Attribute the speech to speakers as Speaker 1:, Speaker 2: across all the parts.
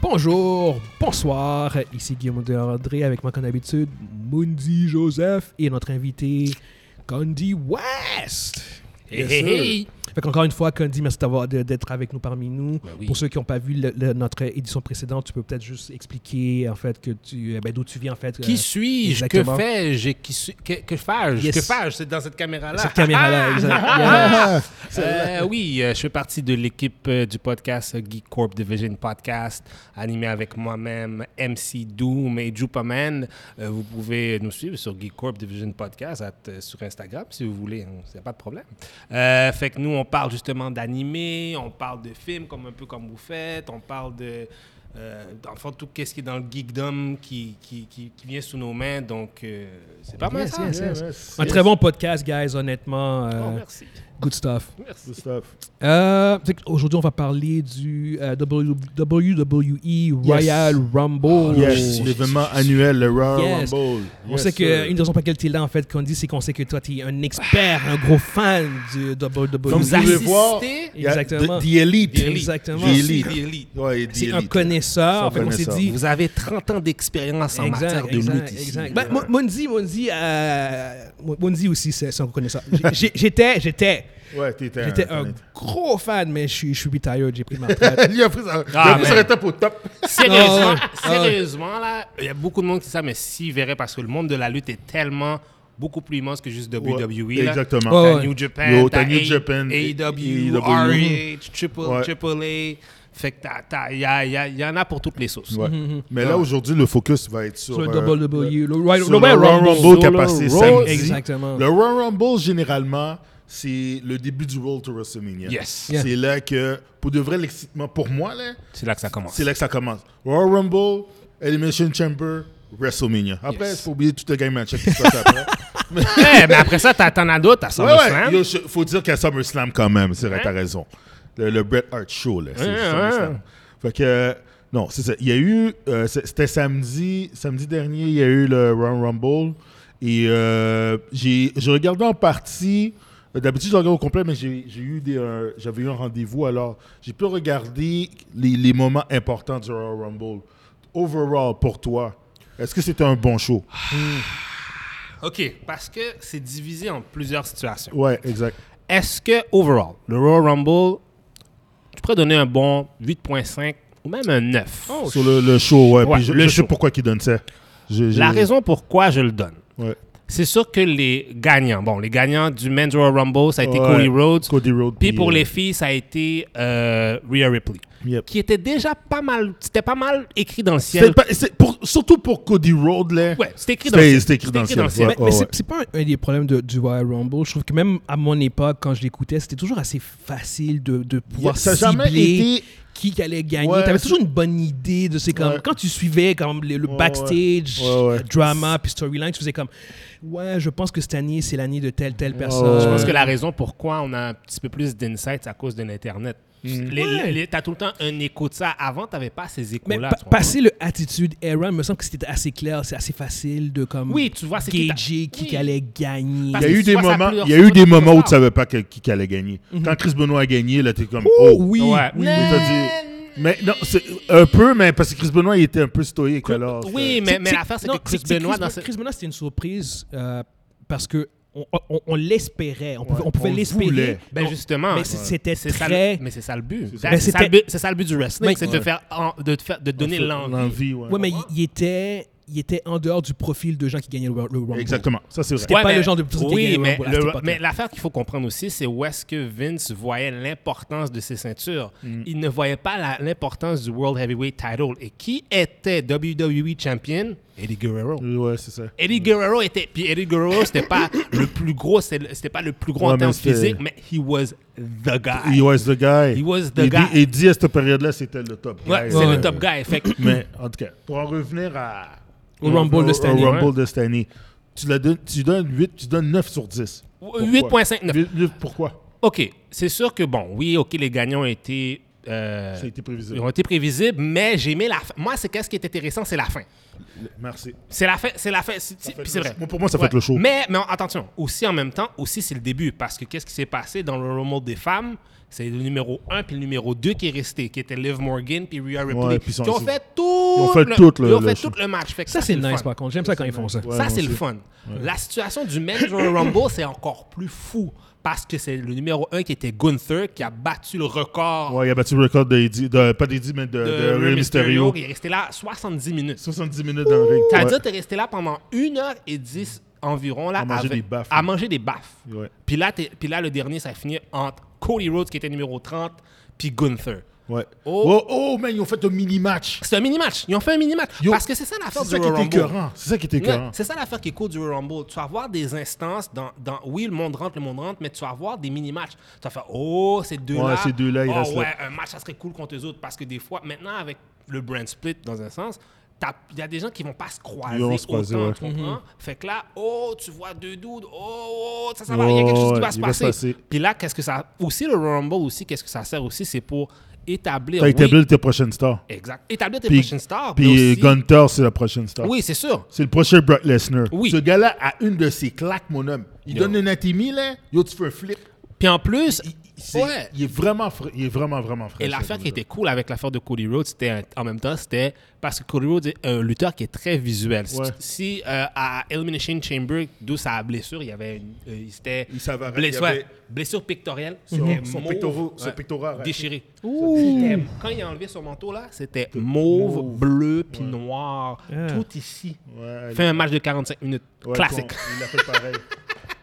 Speaker 1: Bonjour, bonsoir, ici Guillaume de André avec moi comme d'habitude, Mundi Joseph et notre invité Condi West.
Speaker 2: Hey,
Speaker 1: Yes,
Speaker 2: hey,
Speaker 1: sir.
Speaker 2: Eh, hey.
Speaker 1: Fait qu'encore une fois, Condi, merci d'avoir- de- d'être avec nous parmi nous.
Speaker 2: Ben oui.
Speaker 1: Pour ceux qui n'ont pas vu le- le- notre édition précédente, tu peux peut-être juste expliquer en fait que tu, eh ben, d'où tu viens en fait. euh,
Speaker 2: Qui suis-je? Que
Speaker 1: exactement.
Speaker 2: fais-je? Et qui suis- Que, que fais-je?
Speaker 1: Yes.
Speaker 2: Que fais-je? C'est dans cette caméra-là.
Speaker 1: cette
Speaker 2: Ah,
Speaker 1: caméra-là. exact. Yeah.
Speaker 2: Euh, oui, euh, je fais partie de l'équipe euh, du podcast euh, Geek Corp Division Podcast, animé avec moi-même, MC Doom et Jupaman. Euh, vous pouvez nous suivre sur Geek Corp Division Podcast at, euh, sur Instagram si vous voulez, hein, c'est pas de problème. Euh, fait que nous, on parle justement d'animé, on parle de films comme un peu comme vous faites, on parle de euh, dans le fond, tout ce qui est dans le geekdom qui, qui, qui, qui vient sous nos mains. Donc, euh, c'est pas mal
Speaker 1: Yes,
Speaker 2: ça.
Speaker 3: Ah,
Speaker 1: yes, yes.
Speaker 3: yes.
Speaker 2: ah.
Speaker 1: Un très bon podcast, guys, honnêtement.
Speaker 2: Oh,
Speaker 1: euh,
Speaker 2: merci.
Speaker 1: good stuff.
Speaker 2: Merci.
Speaker 3: Good stuff.
Speaker 1: Euh, fait que Aujourd'hui, on va parler du euh, W- WWE Royal Rumble.
Speaker 3: Oh, Yes, l'événement annuel, le Royal
Speaker 1: Yes.
Speaker 3: Rumble.
Speaker 1: On
Speaker 3: Yes,
Speaker 1: sait
Speaker 3: sir.
Speaker 1: qu'une des raisons pour laquelle tu es là, en fait, qu'on dit, c'est qu'on sait que toi, tu es un expert, un gros fan du E. WWE.
Speaker 3: Comme
Speaker 2: Vous
Speaker 3: vous pouvez
Speaker 2: assistez
Speaker 3: voir, Il y a
Speaker 1: Exactement.
Speaker 3: The, the Elite.
Speaker 2: The Elite.
Speaker 1: Exactement.
Speaker 3: The Elite.
Speaker 2: Je suis l'élite.
Speaker 3: Ouais, The
Speaker 1: C'est un
Speaker 3: Elite.
Speaker 1: connaisseur.
Speaker 3: Ça,
Speaker 1: Fait qu'on s'est
Speaker 3: connaisseur.
Speaker 1: dit,
Speaker 2: Vous avez 30 ans d'expérience en matière de lutte ici.
Speaker 1: Ben, Mo- Monzi, Monzi, euh, Mo- Monzi aussi, c'est c'est un connaisseur. J'ai- j'ai- J'étais, j'étais,
Speaker 3: Ouais, t'étais un.
Speaker 1: j'étais un
Speaker 3: t'en étais.
Speaker 1: gros fan, mais je suis, je suis retired, j'ai pris ma retraite.
Speaker 3: Il a pris ça.
Speaker 2: Ah,
Speaker 3: il a pris
Speaker 2: man.
Speaker 3: ça arrêté pour le top.
Speaker 2: Sérieusement,
Speaker 1: Ah ouais.
Speaker 2: sérieusement là, il y a beaucoup de monde qui sait ça, mais s'ils verraient, parce que le monde de la lutte est tellement beaucoup plus immense que juste WWE.
Speaker 3: Ouais,
Speaker 2: là.
Speaker 3: Exactement.
Speaker 1: E, Ouais,
Speaker 2: T'as
Speaker 1: ouais.
Speaker 2: New Japan,
Speaker 3: Yo,
Speaker 2: t'as
Speaker 3: t'as New
Speaker 2: A- E
Speaker 3: Japan,
Speaker 2: AEW,
Speaker 3: AEW,
Speaker 2: ROH, Triple,
Speaker 3: E. Ouais.
Speaker 2: Triple A. Fait que t'as- t'as- il y, a- il y a- il y en a pour toutes les sauces.
Speaker 3: Ouais. Mais là, aujourd'hui, le focus va être sur,
Speaker 1: Mm-hmm. Ah. sur le
Speaker 3: euh,
Speaker 1: WWE, le Royal,
Speaker 3: sur le
Speaker 1: Royal
Speaker 3: Royal
Speaker 1: Rumble.
Speaker 3: Rumble qui
Speaker 2: Sur
Speaker 3: a
Speaker 2: le
Speaker 3: passé
Speaker 2: Raw.
Speaker 3: samedi.
Speaker 1: Exactement.
Speaker 3: Le Royal Rumble, généralement, c'est le début du Roll to WrestleMania.
Speaker 2: Yes.
Speaker 1: Yeah.
Speaker 3: C'est là que, pour de vrai, l'excitement, pour moi, là,
Speaker 2: C'est là que ça commence.
Speaker 3: c'est là que ça commence. Royal Rumble, Elimination Chamber, WrestleMania. Après,
Speaker 2: Yes.
Speaker 3: il faut oublier tout le game match qui se passe après.
Speaker 2: Ouais, Eh, mais après ça, t'as t'en as d'autres, t'as
Speaker 3: Ouais, ouais.
Speaker 2: SummerSlam.
Speaker 3: Yo, je- faut dire qu'à SummerSlam quand même, c'est vrai, t'as raison. Le, le Bret Hart Show, là, c'est
Speaker 2: Ouais,
Speaker 3: SummerSlam.
Speaker 2: ouais.
Speaker 3: Fait que, euh, non, c'est ça. Il y a eu, euh, c'est- c'était samedi, samedi dernier, il y a eu le Royal Rumble. Et euh, j'ai j'ai regardé en partie, euh, d'habitude je le regarde au complet, mais j'ai j'ai eu des, euh, j'avais eu un rendez-vous, alors j'ai pu regarder les, les moments importants du Royal Rumble. Overall, pour toi, est-ce que c'était un bon show?
Speaker 2: OK, parce que c'est divisé en plusieurs situations.
Speaker 3: Ouais, exact.
Speaker 2: Est-ce que, overall, le Royal Rumble, tu pourrais donner un bon 8.5 ou même un 9?
Speaker 3: Sur le, le show, ouais.
Speaker 2: Ouais,
Speaker 3: puis je,
Speaker 2: le
Speaker 3: je
Speaker 2: show.
Speaker 3: sais pourquoi qu'ils donnent ça. Je- je-
Speaker 2: La raison pourquoi je le donne,
Speaker 3: Ouais.
Speaker 2: c'est sûr que les gagnants, bon, les gagnants du Men's Royal Rumble, ça a été
Speaker 3: Ouais.
Speaker 2: Cody Rhodes.
Speaker 3: Cody Rhodes.
Speaker 2: Puis pour
Speaker 3: euh,
Speaker 2: les filles, ça a été euh, Rhea Ripley.
Speaker 3: Yep.
Speaker 2: Qui était déjà pas mal, c'était pas mal écrit dans le
Speaker 3: C'est
Speaker 2: ciel.
Speaker 3: pas- c'est pour- surtout pour Cody Rhodes, là.
Speaker 2: Ouais, c'était écrit dans le
Speaker 3: C'était
Speaker 2: ciel.
Speaker 3: c'était écrit dans le ciel.
Speaker 2: ciel.
Speaker 1: Mais,
Speaker 3: ouais,
Speaker 1: mais
Speaker 3: ouais,
Speaker 1: c'est-
Speaker 3: ouais.
Speaker 1: c'est pas un, un des problèmes de- du Royal Rumble. Je trouve que même à mon époque, quand je l'écoutais, c'était toujours assez facile de, de pouvoir
Speaker 3: Ça a
Speaker 1: cibler
Speaker 3: jamais été-
Speaker 1: qui allait gagner.
Speaker 3: Ouais,
Speaker 1: T'avais
Speaker 3: c'est-
Speaker 1: toujours une bonne idée de c'est comme
Speaker 3: Ouais.
Speaker 1: quand tu suivais comme le, le
Speaker 3: Ouais,
Speaker 1: backstage,
Speaker 3: Ouais, ouais.
Speaker 1: le drama puis storyline, tu faisais comme ouais, je pense que cette année c'est l'année de telle telle personne.
Speaker 3: ouais.
Speaker 2: Je pense que la raison pourquoi on a un petit peu plus d'insights, c'est à cause de l'Internet.
Speaker 3: Mm.
Speaker 2: Les-
Speaker 1: Ouais.
Speaker 2: les- T'as tout le temps un écho de ça. Avant, t'avais pas ces
Speaker 1: mais
Speaker 2: échos-là.
Speaker 1: pa-
Speaker 2: tu comprends?
Speaker 1: passer le attitude era, il me semble que c'était assez clair, c'est assez facile de comme
Speaker 2: Oui, tu vois, c'est qui
Speaker 1: gager
Speaker 2: t'a-
Speaker 1: qui,
Speaker 2: Oui.
Speaker 1: allait gagner.
Speaker 2: Parce
Speaker 3: Il y a
Speaker 2: que
Speaker 3: eu
Speaker 2: tu
Speaker 3: des
Speaker 2: vois, ça a
Speaker 3: moments,
Speaker 2: plusieurs
Speaker 3: il y a eu
Speaker 2: fois
Speaker 3: des
Speaker 2: de
Speaker 3: moments où
Speaker 2: pouvoir.
Speaker 3: tu savais pas que- qui, qui allait gagner.
Speaker 2: Mhm.
Speaker 3: Quand Chris Benoit a gagné, là, t'es comme,
Speaker 1: Oh,
Speaker 3: oh,
Speaker 1: oui,
Speaker 2: Ouais.
Speaker 1: oui,
Speaker 2: Mais-
Speaker 1: oui.
Speaker 3: t'as dit- Mais non, c'est un peu, mais parce que Chris Benoit, il était un peu stoïque, alors.
Speaker 2: Oui, mais, mais
Speaker 1: C'est-
Speaker 2: l'affaire, c'est
Speaker 1: non,
Speaker 2: que Chris
Speaker 1: c'est- c'est
Speaker 2: Benoit,
Speaker 1: Chris,
Speaker 2: dans
Speaker 1: Be-
Speaker 2: ce...
Speaker 1: Chris Benoit, c'était une surprise euh, parce que on, on- on l'espérait. On pouvait, on pouvait
Speaker 3: on le
Speaker 1: l'espérer.
Speaker 3: voulait.
Speaker 2: Ben
Speaker 1: On-
Speaker 2: justement,
Speaker 1: mais c'est- c'était
Speaker 2: c'est ça le-
Speaker 1: très-
Speaker 2: mais c'est ça le but. C'est
Speaker 3: C'est ça.
Speaker 2: ça,
Speaker 1: Mais
Speaker 2: le
Speaker 1: c'était-
Speaker 2: but- c'est ça le but du wrestling,
Speaker 1: Mais-
Speaker 2: c'est de,
Speaker 3: Ouais.
Speaker 2: faire en- de, te faire- de donner l'envie.
Speaker 3: L'envie, ouais.
Speaker 1: Ouais, mais il- il était, il était en dehors du profil de gens qui gagnaient le, Ro- le Rumble.
Speaker 3: Exactement. Ça, c'est vrai.
Speaker 1: C'était- pas le genre de personne qui gagnait
Speaker 2: Oui,
Speaker 1: le
Speaker 2: mais
Speaker 1: Rumble à
Speaker 2: le-
Speaker 1: cette époque-là.
Speaker 2: mais l'affaire qu'il faut comprendre aussi, c'est où est-ce que Vince voyait l'importance de ses ceintures.
Speaker 1: Mm.
Speaker 2: Il ne voyait pas la- l'importance du World Heavyweight Title. Et qui était WWE Champion? Eddie Guerrero.
Speaker 3: Ouais, c'est ça.
Speaker 2: Eddie Guerrero était. Puis Eddie Guerrero, c'était pas le plus gros, c'est le- c'était pas le plus gros
Speaker 3: Ouais,
Speaker 2: en
Speaker 3: mais
Speaker 2: termes
Speaker 3: c'était-
Speaker 2: physiques, mais he was the guy.
Speaker 3: He was the guy.
Speaker 2: He was the
Speaker 3: Et
Speaker 2: guy.
Speaker 3: dit- Et dit à cette période-là, c'était le top guy.
Speaker 2: Ouais, c'est
Speaker 1: ouais.
Speaker 2: le top guy. Fait que-
Speaker 3: Mais en tout cas, pour en revenir à,
Speaker 1: Au Rumble de cette année.
Speaker 3: au Rumble de cette année, tu, la donnes, tu donnes 8, tu donnes 9 sur 10. Pourquoi?
Speaker 2: 8.59.
Speaker 3: Huit- huit, pourquoi?
Speaker 2: OK, c'est sûr que, bon, oui, OK, les gagnants ont été euh,
Speaker 3: Ça a été prévisible.
Speaker 2: ils ont été prévisibles, mais j'ai aimé la fin. Moi, c'est qu'est-ce qui est intéressant, c'est la fin.
Speaker 3: Merci.
Speaker 2: C'est la fin, c'est la fin. c'est- c'est-
Speaker 3: fait
Speaker 2: puis c'est
Speaker 3: le-
Speaker 2: vrai.
Speaker 3: Moi, pour moi, ça fait le show.
Speaker 2: Mais, mais en- attention, aussi en même temps, aussi c'est le début, parce que qu'est-ce qui s'est passé dans le Rumble des femmes C'est le numéro 1 puis le numéro 2 qui est resté, qui était Liv Morgan puis Rhea Ripley.
Speaker 3: Ouais,
Speaker 2: qui
Speaker 3: puis ils sont-
Speaker 2: ont
Speaker 3: ils
Speaker 2: fait tout,
Speaker 3: fait tout le-
Speaker 2: ils ont
Speaker 3: le
Speaker 2: fait
Speaker 3: show.
Speaker 2: tout le match. Fait que
Speaker 1: Ça, c'est
Speaker 2: le
Speaker 1: nice,
Speaker 2: fun.
Speaker 1: par contre. J'ime ça quand ils font ça.
Speaker 2: ça,
Speaker 3: Ouais, moi
Speaker 2: c'est le
Speaker 3: aussi.
Speaker 2: fun. La situation du Men's Royal Rumble, c'est encore plus fou parce que c'est le numéro 1 qui était Gunther qui a battu le record
Speaker 3: Ouais, il a battu le record de, Eddie- de- pas d'Eddie, mais de, de,
Speaker 2: de
Speaker 3: Rey
Speaker 2: Rey
Speaker 3: Mysterio.
Speaker 2: Mysterio. Il est resté là 70 minutes.
Speaker 3: 70 minutes dans le ring.
Speaker 2: Ça veut
Speaker 3: Ouais.
Speaker 2: dire que tu es resté là pendant 1h10 environ là,
Speaker 3: À manger
Speaker 2: avec-
Speaker 3: des baffes.
Speaker 2: à manger des baffes.
Speaker 3: Ouais.
Speaker 2: Puis là, t'es- puis là, le dernier, ça finit entre Cody Rhodes qui était numéro 30 puis Gunther.
Speaker 3: Ouais.
Speaker 2: Oh.
Speaker 3: Oh. oh, man, ils ont fait un mini-match.
Speaker 2: C'est un mini-match. Ils ont fait un mini-match.
Speaker 3: Yo,
Speaker 2: Parce que c'est Ah, ça l'affaire
Speaker 3: C'est
Speaker 2: du
Speaker 3: ça qui
Speaker 2: Royal
Speaker 3: était
Speaker 2: Rumble.
Speaker 3: écœurant. C'est ça qui était
Speaker 2: Ouais,
Speaker 3: écœurant.
Speaker 2: c'est ça l'affaire qui est cool du Royal Rumble. Tu vas avoir des instances dans, dans- oui, le monde rentre, le monde rentre, mais tu vas avoir des mini-matchs. Tu vas faire, oh, ces deux-là.
Speaker 3: Ouais, ces deux-là, ils
Speaker 2: oh,
Speaker 3: restent là.
Speaker 2: ouais, un match, ça serait cool contre les autres. Parce que des fois, maintenant, avec le brand split, dans un sens, t'as- il y a des gens qui vont pas se croiser
Speaker 3: Ils vont
Speaker 2: autant,
Speaker 3: se croiser, ouais.
Speaker 2: tu comprends? Fait que là, oh, tu vois deux dudes, oh, oh, ça, ça va, il y a quelque
Speaker 3: Ouais,
Speaker 2: chose qui
Speaker 3: ouais,
Speaker 2: va se
Speaker 3: il va se
Speaker 2: passer.
Speaker 3: passer.
Speaker 2: Puis là, qu'est-ce que ça... Aussi, le Royal Rumble, aussi, qu'est-ce que ça sert aussi? C'est pour établir...
Speaker 3: T'as
Speaker 2: oui,
Speaker 3: établi tes prochaines stars.
Speaker 2: Exact. Établir tes
Speaker 3: Puis-
Speaker 2: prochaines stars. mais
Speaker 3: Puis
Speaker 2: aussi-
Speaker 3: Gunther, c'est la prochaine star.
Speaker 2: Oui, c'est sûr.
Speaker 3: C'est le prochain Brock Lesnar.
Speaker 2: Oui.
Speaker 3: Ce gars-là a une de ses claques, mon homme. Il
Speaker 2: Yo.
Speaker 3: donne une atémie, là. Yo, tu fais un flip.
Speaker 2: Puis en plus...
Speaker 3: Il, il- c'est-
Speaker 2: Ouais.
Speaker 3: il est vraiment frais. Il est vraiment, vraiment frais.
Speaker 2: Et
Speaker 3: ce
Speaker 2: l'affaire qui
Speaker 3: gars-là.
Speaker 2: était cool avec l'affaire de Cody Rhodes, c'était un- en même temps, c'était parce que Cody Rhodes est un lutteur qui est très visuel. Si-
Speaker 3: Ouais.
Speaker 2: Si euh, à Elimination Chamber, d'où sa blessure, il y avait une, euh, il s'était
Speaker 3: Il savait-
Speaker 2: bless-
Speaker 3: il y avait-
Speaker 2: ouais, blessure pectorale,
Speaker 3: son pectoraux- son pectoral arraché.
Speaker 2: déchiré. C'était- Quand il a enlevé son manteau là, c'était mauve, bleu puis noir,
Speaker 1: Ah.
Speaker 2: tout ici.
Speaker 3: Ouais,
Speaker 2: Fait un match de 45 minutes,
Speaker 3: ouais,
Speaker 2: classique.
Speaker 3: con. Il a fait pareil.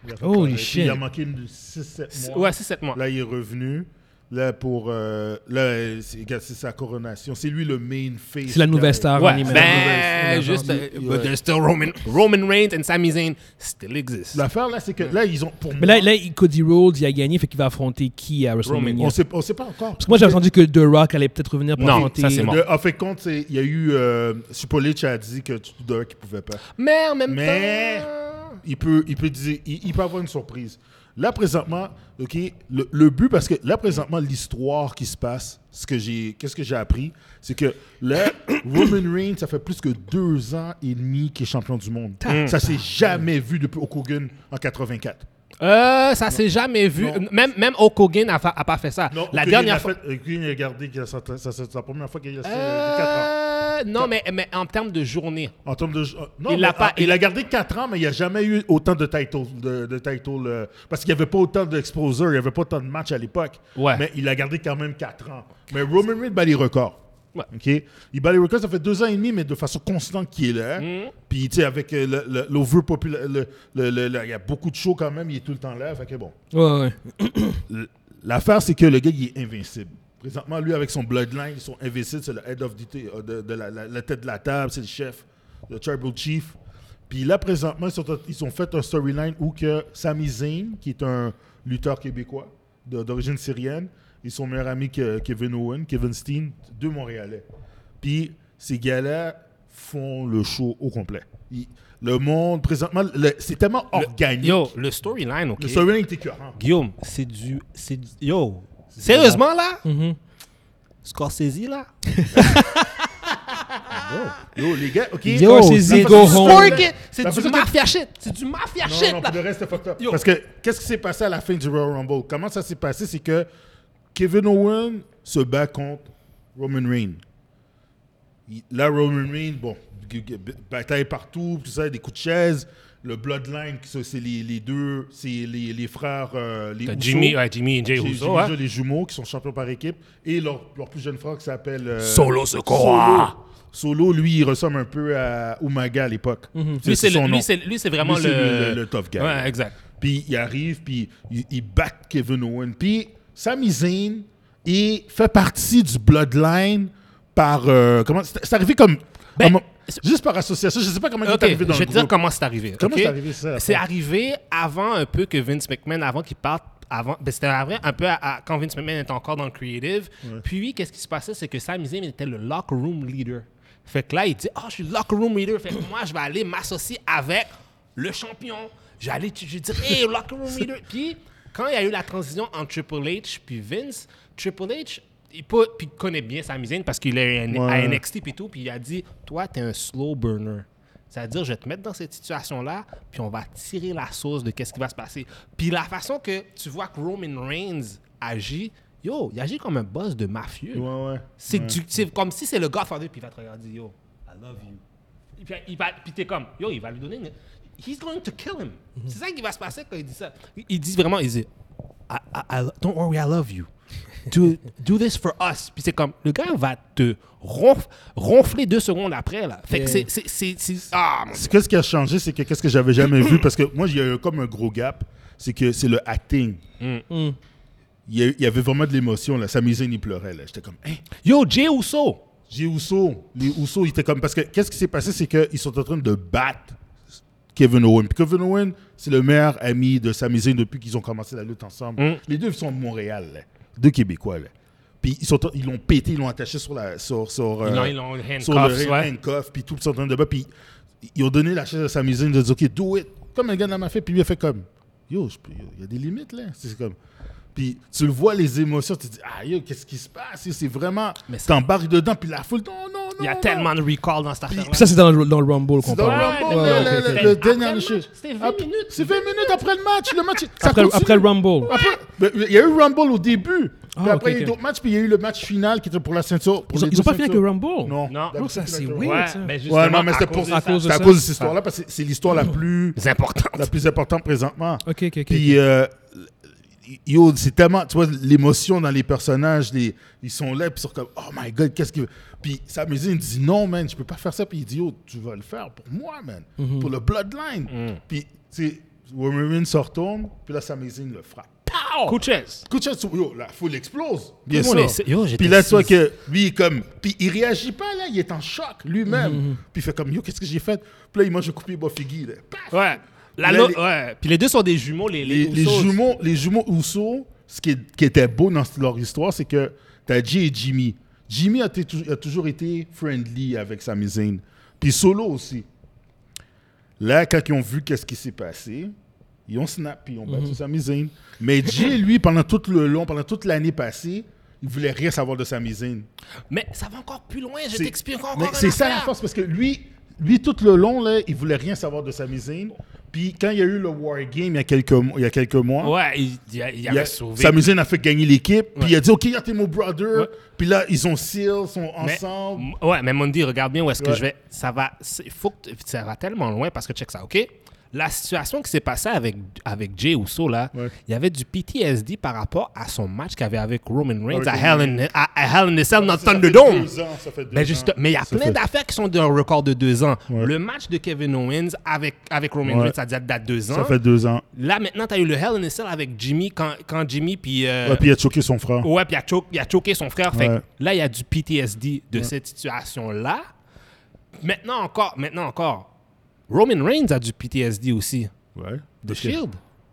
Speaker 3: Il a fait
Speaker 1: Holy
Speaker 3: pareil. Puis
Speaker 1: shit.
Speaker 3: Il a manqué une 6-7 mois.
Speaker 2: Ouais, c'est 7 mois.
Speaker 3: Là, il est revenu. Là, pour. euh, là, c'est regarde, c'est sa coronation. C'est lui le main face.
Speaker 1: C'est la nouvelle star en
Speaker 2: Ouais,
Speaker 1: anime.
Speaker 2: ben, juste, euh, but there's still Roman, Roman Reigns and Sami Zayn still exist.
Speaker 3: L'affaire, là, c'est que là, ils ont. Pour
Speaker 1: Mais
Speaker 3: moi,
Speaker 1: là, là, il- Cody Rhodes, il a gagné, fait qu'il va affronter qui à WrestleMania
Speaker 3: on sait, on sait pas encore.
Speaker 1: Parce que moi, j'avais entendu que The Rock allait peut-être revenir pour
Speaker 2: Non,
Speaker 1: affronter.
Speaker 2: ça, c'est mort.
Speaker 3: Le- en fait, compte, c'est- il y a eu. Euh, Supolic a dit que Tudor qui pouvait pas.
Speaker 2: Mais en même
Speaker 3: Mais-
Speaker 2: temps.
Speaker 3: Il peut, il peut dire, il, il peut avoir une surprise. Là présentement, ok, le, le but parce que là présentement l'histoire qui se passe, ce que j'ai, qu'est-ce que j'ai appris, c'est que là, Roman Reigns, ça fait plus que deux ans et demi qu'il est champion du monde. Ça s'est jamais vu depuis Hulk Hogan en 84.
Speaker 2: Euh, ça s'est jamais vu. Même, même Hulk Hogan a, fa- a pas fait ça. la
Speaker 3: Hogan
Speaker 2: dernière
Speaker 3: a
Speaker 2: fois.
Speaker 3: fait- Hogan a regardé que ça, ça, ça- c'est la première fois qu'il a fait ans.
Speaker 2: Euh, non, mais, mais en termes de journée.
Speaker 3: En termes de, euh,
Speaker 2: Il
Speaker 3: non, mais,
Speaker 2: l'a pas-
Speaker 3: ah, il a gardé 4 ans, mais il n'y a jamais eu autant de titles. De, de titles, euh, parce qu'il n'y avait pas autant d'exposers, il n'y avait pas autant de matchs à l'époque.
Speaker 2: Ouais.
Speaker 3: Mais il a gardé quand même 4 ans. Mais Roman Reigns bat les records.
Speaker 2: Ouais.
Speaker 3: OK? Il bat les records, ça fait 2 ans et demi, mais de façon constante qu'il est là.
Speaker 2: Mm.
Speaker 3: Puis, tu sais, avec euh, le- le- l'overpopula- le- le- le- le- il y a beaucoup de shows quand même, il est tout le temps là. Fait que bon.
Speaker 1: Ouais, ouais.
Speaker 3: L- L'affaire, c'est que le gars, il est invincible. Présentement, lui, avec son bloodline, ils sont invincibles. C'est le head of the ta- euh, de, de la, la- la tête de la table, c'est le chef, le tribal chief. Puis là, présentement, ils, sont, ils ont fait un storyline où que Sami Zayn, qui est un lutteur québécois de- d'origine syrienne, et son meilleur ami que- Kevin Owen, Kevin Steen, deux Montréalais. Puis ces gars-là font le show au complet. Ils- le monde, présentement, le- c'est tellement organique.
Speaker 2: Yo, le storyline, ok.
Speaker 3: le storyline est écœurant.
Speaker 2: Guillaume, c'est du, c'est du- Yo. Sérieusement, là? Scorsese, là?
Speaker 3: Yo, les gars, ok.
Speaker 1: Yo,
Speaker 3: Ouais,
Speaker 1: c'est
Speaker 3: la
Speaker 1: Go
Speaker 3: façon-
Speaker 1: home.
Speaker 2: Story
Speaker 3: la-
Speaker 2: qui- C'est
Speaker 3: la
Speaker 2: du
Speaker 3: façon Ben, que-
Speaker 2: mafia shit. C'est du mafia
Speaker 3: Non,
Speaker 2: shit,
Speaker 3: non,
Speaker 2: là.
Speaker 3: pour le reste, c'est fucked up.
Speaker 2: Yo.
Speaker 3: Parce que qu'est-ce qui s'est passé à la fin du Royal Rumble Comment ça s'est passé C'est que Kevin Owen se bat contre Roman Reigns. Il- Là, Roman Reigns, bon, g- g- b- bataille partout, tout ça, des coups de chaise. Le Bloodline, qui sont- c'est les, les deux, c'est les, les frères, euh, les
Speaker 2: T'as
Speaker 3: Usos.
Speaker 2: Jimmy, ouais, Jimmy et Jay
Speaker 3: J'ai- j'ai
Speaker 2: Uso,
Speaker 3: déjà
Speaker 2: hein.
Speaker 3: les jumeaux qui sont champions par équipe et leur, leur plus jeune frère qui s'appelle euh,
Speaker 2: Solo
Speaker 3: Solo.
Speaker 2: Sokoa.
Speaker 3: Solo, lui, il ressemble un peu à Umaga à l'époque.
Speaker 2: Mhm. Lui, c'est
Speaker 3: son
Speaker 2: le-
Speaker 3: nom.
Speaker 2: lui, c'est lui, c'est vraiment
Speaker 3: Lui, c'est
Speaker 2: le...
Speaker 3: le- le tough guy.
Speaker 2: Ouais, exact.
Speaker 3: Puis il arrive, puis il, il bat Kevin Owen. Puis Sami Zayn, il fait partie du Bloodline par. euh, comment C'est c'est arrivé comme.
Speaker 2: Ben,
Speaker 3: un mo-
Speaker 2: c'est-
Speaker 3: juste par association. Je sais pas comment il
Speaker 2: Ok,
Speaker 3: est arrivé dans
Speaker 2: je
Speaker 3: le
Speaker 2: vais te dire
Speaker 3: groupe.
Speaker 2: comment c'est arrivé.
Speaker 3: Comment
Speaker 2: ok?
Speaker 3: c'est arrivé, ça, la
Speaker 2: C'est
Speaker 3: fois?
Speaker 2: arrivé avant un peu que Vince McMahon, avant qu'il parte, avant, ben, c'était arrivé un peu à- à- quand Vince McMahon était encore dans le creative. Puis, qu'est-ce qui se passait, c'est que Sami Zayn était le locker room leader. Fait que là, il dit, ah, je suis locker room leader. Fait que moi, je vais aller m'associer avec le champion. Je vais aller, tu- je vais dire, hey, locker room leader. Puis, quand il y a eu la transition entre Triple H puis Vince, Triple H il, peut- puis il connaît bien sa musique parce qu'il est à- à
Speaker 3: Ouais.
Speaker 2: NXT et tout. Puis il a dit Toi, t'es un slow burner. C'est-à-dire, je vais te mettre dans cette situation-là, puis on va tirer la sauce de qu'est-ce qui va se passer. Puis la façon que tu vois que Roman Reigns agit, yo, il agit comme un boss de mafieux.
Speaker 3: Ouais, ouais.
Speaker 2: C'est du- c'est comme si c'est le Godfather, puis il va te regarder, yo, I love you. Et Puis, il va, puis t'es comme, yo, il va lui donner une... He's going to kill him. C'est ça qui va se passer quand il dit ça. Il, il dit vraiment, il dit, I, I, I- don't worry, I love you. Do, do this for us. Puis c'est comme, le gars va te ronf- ronfler deux secondes après, là. Fait que c'est- c'est... c'est- c'est- Ah, mon
Speaker 3: C'est- Qu'est-ce qui a changé, c'est que qu'est-ce que j'avais jamais vu, parce que moi, il y a eu comme un gros gap, c'est que c'est le acting.
Speaker 2: Mm.
Speaker 3: Il, y a eu- il y avait vraiment de l'émotion, là. Sa musique, il pleurait, là. J'étais comme, hein?
Speaker 2: Yo, Jay Uso.
Speaker 3: J'ai Uso. Les Uso, ils étaient comme. Parce que qu'est-ce qui s'est passé, c'est qu'ils sont en train de battre Kevin Owen. Puis Kevin Owen, c'est le meilleur ami de Sami Zayn depuis qu'ils ont commencé la lutte ensemble.
Speaker 2: Mm.
Speaker 3: Les deux ils sont de Montréal, là. deux Québécois. Là. Puis ils sont en- ils l'ont pété, ils l'ont attaché sur la sur sur euh,
Speaker 2: l'ont- ils l'ont
Speaker 3: sur le
Speaker 2: handcuffs,
Speaker 3: ring,
Speaker 2: ouais.
Speaker 3: handcuff, puis tout sont en train de battre. Puis ils ont donné la chaise à Sami Zayn de dire ok do it comme un gars dans ma fait. Puis lui a fait comme yo je peux- yo, il y a des limites là. C'est comme puis tu le vois les émotions, tu te dis ah yo qu'est-ce qui se passe Yo, C'est vraiment
Speaker 2: Mais c'est-
Speaker 3: t'embarques dedans puis la foule non non non.
Speaker 2: Il y a
Speaker 3: non.
Speaker 2: tellement de recall dans cette affaire-là.
Speaker 1: Puis ça, c'est dans, le- dans le Rumble qu'on
Speaker 3: C'est dans le
Speaker 1: parle. Ouais,
Speaker 3: Rumble, le-
Speaker 1: ouais,
Speaker 3: le-
Speaker 1: ok, ok.
Speaker 3: le
Speaker 2: Après le
Speaker 3: dernier
Speaker 2: match,
Speaker 3: shit.
Speaker 2: c'était 20
Speaker 3: Ap-
Speaker 2: minutes.
Speaker 3: C'est 20 minutes après le match. Le match, ça
Speaker 1: Après,
Speaker 3: continue.
Speaker 1: après le Rumble. Ah,
Speaker 3: Après- mais Il y a eu Rumble au début. puis
Speaker 1: ok,
Speaker 3: après, il y a eu
Speaker 1: ok.
Speaker 3: d'autres matchs. Puis il y a eu le match final qui était pour la ceinture. pour
Speaker 1: Ils ont-
Speaker 3: les
Speaker 1: ils ont
Speaker 3: deux
Speaker 1: pas fini avec
Speaker 3: ceintures.
Speaker 1: le Rumble?
Speaker 3: Non.
Speaker 2: Non.
Speaker 3: D'habitude,
Speaker 1: Donc, ça, c'est
Speaker 3: le
Speaker 1: weird.
Speaker 3: Rumble.
Speaker 2: Ouais,
Speaker 1: ça.
Speaker 2: mais
Speaker 3: Ouais,
Speaker 2: justement,
Speaker 3: non, mais
Speaker 2: à
Speaker 3: c'était
Speaker 2: cause
Speaker 3: pour
Speaker 2: de
Speaker 3: ça.
Speaker 1: à cause de
Speaker 3: C'est à
Speaker 1: ça.
Speaker 3: cause de cette histoire-là. Parce que c'est l'histoire la plus
Speaker 2: C'est important.
Speaker 3: la plus importante présentement.
Speaker 1: Ok, ok, ok.
Speaker 3: Puis, euh, yo, c'est tellement, tu vois, l'émotion dans les personnages, les, ils sont là, puis ils sont comme, oh my god, qu'est-ce que. Puis sa musique, il dit, non, man, je peux pas faire ça. Puis il dit, yo, tu vas le faire pour moi, man, pour le Bloodline. Puis, tu sais, Wolverine se retourne, puis là, sa musique le frappe. Pow!
Speaker 2: Coup de chaise.
Speaker 3: Coup de chaise, yo, la foule explose. Bien
Speaker 2: le monde
Speaker 3: sûr.
Speaker 2: essaie- yo, j'étais
Speaker 3: puis là, tu vois
Speaker 2: six.
Speaker 3: que lui, il comme. Puis il réagit pas, là, il est en choc lui-même.
Speaker 2: Mm-hmm.
Speaker 3: Puis il fait comme, yo, qu'est-ce que j'ai fait? Puis là, il mange le coupé Bofigui, là. Paf!
Speaker 2: Ouais. La
Speaker 3: Là,
Speaker 2: lo-
Speaker 3: les-
Speaker 2: ouais. Puis les deux sont des jumeaux, les, les,
Speaker 3: les, les
Speaker 2: Usos.
Speaker 3: jumeaux, les jumeaux Uso, ce qui, est- qui était beau dans leur histoire, c'est que t'as Jay et Jimmy. Jimmy a, été tou- a toujours été friendly avec Sami Zayn. Puis Solo aussi. Là, quand ils ont vu qu'est-ce qui s'est passé, ils ont snap puis ils ont
Speaker 2: Mhm.
Speaker 3: battu Sami Zayn. Mais Jay, lui, pendant tout le long, pendant toute l'année passée, il voulait rien savoir de Sami Zayn.
Speaker 2: Mais ça va encore plus loin, je
Speaker 3: C'est-
Speaker 2: t'explique encore.
Speaker 3: mais
Speaker 2: une
Speaker 3: C'est ça la
Speaker 2: affaire.
Speaker 3: force, parce que lui, lui tout le long, là, il voulait rien savoir de Sami Zayn. Puis quand il y a eu le War Game il y a quelques, mo- il y a quelques mois,
Speaker 2: Ouais, il, il, a- il
Speaker 3: il
Speaker 2: avait
Speaker 3: a-
Speaker 2: sauvé.
Speaker 3: Sami Zayn a fait gagner l'équipe. Puis il a dit, OK, il y a Timo Brother. Puis là, ils ont Seal, sont
Speaker 2: Mais-
Speaker 3: ensemble.
Speaker 2: m- ouais, mais Mondi, regarde bien où est-ce que
Speaker 3: Ouais.
Speaker 2: je vais. Ça va, c'est- faut que, t- ça va tellement loin parce que check ça, ok? La situation qui s'est passée avec, avec Jay Uso, là,
Speaker 3: Ouais.
Speaker 2: il y avait du PTSD par rapport à son match qu'il avait avec Roman Reigns à
Speaker 3: Avec
Speaker 2: Hell, in, à, à Hell in a Cell dans
Speaker 3: Ça fait
Speaker 2: Thunderdome.
Speaker 3: deux ans, ça fait deux
Speaker 2: Mais juste,
Speaker 3: ans.
Speaker 2: mais il y a
Speaker 3: Ça
Speaker 2: plein
Speaker 3: fait-
Speaker 2: d'affaires qui sont d'un record de deux ans.
Speaker 3: Ouais.
Speaker 2: Le match de Kevin Owens avec, avec Roman
Speaker 3: Ouais.
Speaker 2: Reigns, ça date de deux ans.
Speaker 3: Ça fait deux ans.
Speaker 2: Là, maintenant, tu as eu le Hell in a Cell avec Jimmy quand, quand Jimmy, puis. euh,
Speaker 3: Ouais, puis il a choqué son frère.
Speaker 2: Ouais, puis il a, cho- il a choqué son frère. Fait que
Speaker 3: Ouais.
Speaker 2: là, il y a du PTSD de cette situation-là. Maintenant encore, maintenant encore, Roman Reigns a du PTSD aussi.
Speaker 3: Ouais.
Speaker 2: De Shield.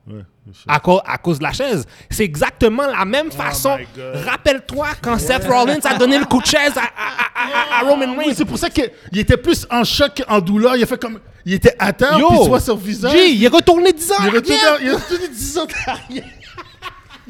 Speaker 3: Ouais, The Shield.
Speaker 2: À, cau- à cause de la chaise. C'est exactement la même façon.
Speaker 3: Oh my God.
Speaker 2: Rappelle-toi quand Seth Rollins a donné le coup de chaise à, à- à- à- à Roman
Speaker 3: Ah, Oui,
Speaker 2: Reigns.
Speaker 3: c'est pour ça qu'il était plus en choc qu'en douleur. Il a fait comme. Il était à terre, puis tu vois son visage.
Speaker 2: G, il est retourné 10 ans.
Speaker 3: il
Speaker 2: en
Speaker 3: a retourné-
Speaker 2: arrière.
Speaker 3: il a retourné 10 ans derrière.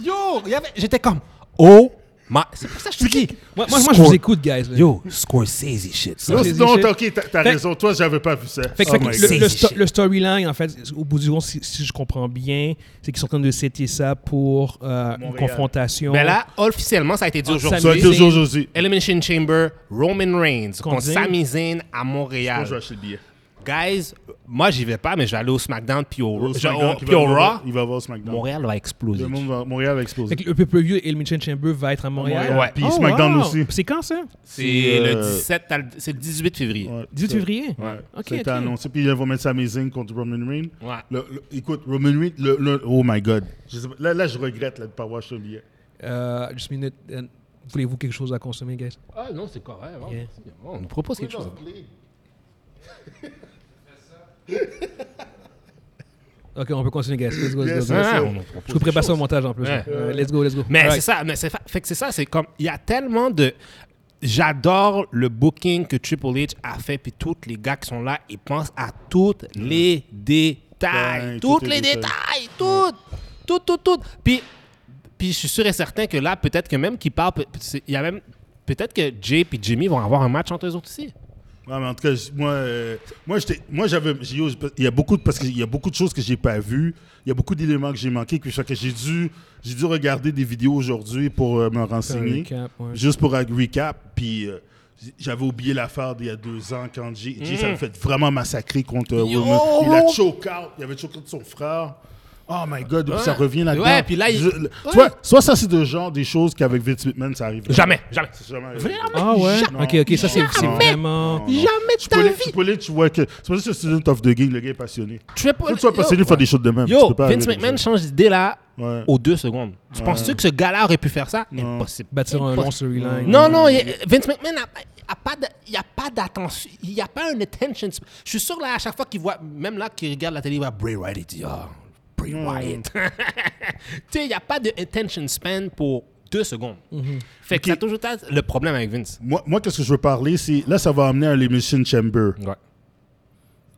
Speaker 2: Yo, il y avait- j'étais comme, oh, my- c'est pour ça que je te dis.
Speaker 1: Moi, moi, moi, je vous écoute, guys. là.
Speaker 2: Yo, Scorsese shit. là.
Speaker 3: Non,
Speaker 1: J'ai dit
Speaker 3: non,
Speaker 1: shit.
Speaker 3: t'as- ok, t'as- t'as raison. Toi, j'avais pas vu ça.
Speaker 1: Fait que,
Speaker 3: Oh
Speaker 1: fait que
Speaker 3: my
Speaker 1: le,
Speaker 3: God.
Speaker 1: le
Speaker 2: God.
Speaker 1: sto- le storyline, en fait, au bout du compte, si, si je comprends bien, c'est qu'ils sont en train de setter ça pour euh, une
Speaker 3: Montréal.
Speaker 1: confrontation.
Speaker 3: Ben
Speaker 2: Mais là, officiellement, ça a été dit
Speaker 1: Ah,
Speaker 2: aujourd'hui.
Speaker 3: Ça va être deux
Speaker 1: Zayn.
Speaker 3: jours aujourd'hui.
Speaker 2: Elimination Chamber, Roman Reigns contre
Speaker 1: Zayn.
Speaker 2: Sami Zayn à
Speaker 3: Moi,
Speaker 2: Montréal.
Speaker 3: je vais acheter le billet.
Speaker 2: Guys, moi j'y vais pas, mais je vais aller au SmackDown puis au,
Speaker 3: Au
Speaker 2: je- au-
Speaker 3: SmackDown, il
Speaker 2: puis
Speaker 3: va
Speaker 2: au
Speaker 3: voir-
Speaker 2: Raw.
Speaker 3: Il va voir SmackDown.
Speaker 2: Montréal va exploser.
Speaker 3: Le monde va- Montréal va exploser.
Speaker 1: Fait que le pay-per-view Elimination Chamber va être à Montréal.
Speaker 3: Montréal, puis
Speaker 1: Oh,
Speaker 3: SmackDown
Speaker 1: wow.
Speaker 3: aussi.
Speaker 1: C'est quand ça
Speaker 2: C'est
Speaker 3: Euh,
Speaker 2: le 17, t'as le- c'est le 18 février.
Speaker 3: Ouais,
Speaker 1: 18
Speaker 3: ça-
Speaker 1: février
Speaker 3: Ouais.
Speaker 1: Ok,
Speaker 3: ça a été
Speaker 1: ok.
Speaker 3: annoncé. Puis ils vont mettre Sami Zayn contre Roman Reigns.
Speaker 2: Ouais.
Speaker 3: Le- le- écoute, Roman Reigns, le, le- oh my God. Je sais pas- là, là, je regrette là, de ne pas avoir acheté le billet.
Speaker 1: Euh, Juste une minute. euh, Voulez-vous quelque chose à consommer, guys
Speaker 2: Ah non, c'est correct. hein.
Speaker 1: Yeah.
Speaker 2: On nous propose quelque chose.
Speaker 1: Ok, on peut continuer, guys. Let's go, let's go. let's
Speaker 3: Yes,
Speaker 1: go.
Speaker 2: Ah,
Speaker 3: sûr.
Speaker 2: on nous propose
Speaker 1: Je vous prépare ça au montage en plus.
Speaker 2: Ouais.
Speaker 1: Euh, let's go, let's go.
Speaker 2: Mais
Speaker 1: Alright.
Speaker 2: c'est ça, mais c'est fa- fait que c'est ça, c'est comme il y a tellement de j'adore le booking que Triple H a fait puis tous les gars qui sont là, ils pensent à tous les détails,
Speaker 3: Mm. Ouais,
Speaker 2: tous
Speaker 3: tous
Speaker 2: les
Speaker 3: les
Speaker 2: détails, tout, tout tout tout. Puis Puis je suis sûr et certain que là, peut-être que même qu'ils parlent, peut- c'est- il y a même peut-être que Jay et Jimmy vont avoir un match entre eux autres aussi.
Speaker 3: Ouais, mais en tout cas, j- moi, euh, moi, j'étais- moi, j'avais, j'ai eu- il y a beaucoup de, parce qu'il y a beaucoup de choses que j'ai pas vues. Il y a beaucoup d'éléments que j'ai manqués, que je- que j'ai dû, j'ai dû regarder des vidéos aujourd'hui pour euh, me renseigner,
Speaker 1: Recap, ouais.
Speaker 3: juste pour un recap. Puis euh, j- j'avais oublié l'affaire d'il y a deux ans quand Jay, Jay s'avait fait vraiment massacrer contre euh,
Speaker 2: Hmm. Yo,
Speaker 3: Wilmer. Il a
Speaker 2: bro!
Speaker 3: choke out, il avait choke out son frère. Oh my God, ça revient là-dedans.
Speaker 2: Ouais, puis là, il-
Speaker 3: Je- le- tu vois, soit ça c'est de genre des choses qu'avec Vince McMahon ça arrive.
Speaker 2: Jamais, jamais.
Speaker 3: C'est jamais arrivé.
Speaker 2: Vraiment?
Speaker 1: Ah ouais?
Speaker 3: Non,
Speaker 1: ok, ok, ça c'est c'est
Speaker 3: non,
Speaker 1: vraiment.
Speaker 3: non, non.
Speaker 2: Jamais de ta
Speaker 3: Chipotle,
Speaker 2: vie.
Speaker 3: Chipotle, tu vois que. C'est pour ça que c'est Student of the Game, le gars est passionné.
Speaker 2: Triple-
Speaker 3: Faut que tu sois
Speaker 2: Yo.
Speaker 3: passionné de faire des choses de même. tu
Speaker 2: Yo,
Speaker 3: peux pas
Speaker 2: Vince
Speaker 3: arriver
Speaker 2: McMahon
Speaker 3: comme ça.
Speaker 2: change d'idée là
Speaker 3: Ouais.
Speaker 2: aux deux secondes. Tu penses-tu que ce gars-là aurait pu faire ça
Speaker 3: Non.
Speaker 2: Impossible.
Speaker 1: Bâtir un long
Speaker 2: Impossible.
Speaker 1: storyline.
Speaker 2: Non, non, il- Vince McMahon n'a a pas de- il n'y a pas d'attention, il n'y a pas un attention. sp- Je suis sûr, là, à chaque fois qu'il voit, même là, qu'il regarde la télé, il voit Bray Wyatt, il dit, ah, Bray
Speaker 3: Hmm.
Speaker 2: Wyatt. tu sais, il n'y a pas de attention span pour deux secondes. Fait que ça a toujours été le problème avec Vince.
Speaker 3: Moi, moi qu'est-ce que je veux parler, c'est. Là, ça va amener à l'Elimination Chamber.
Speaker 2: Ouais.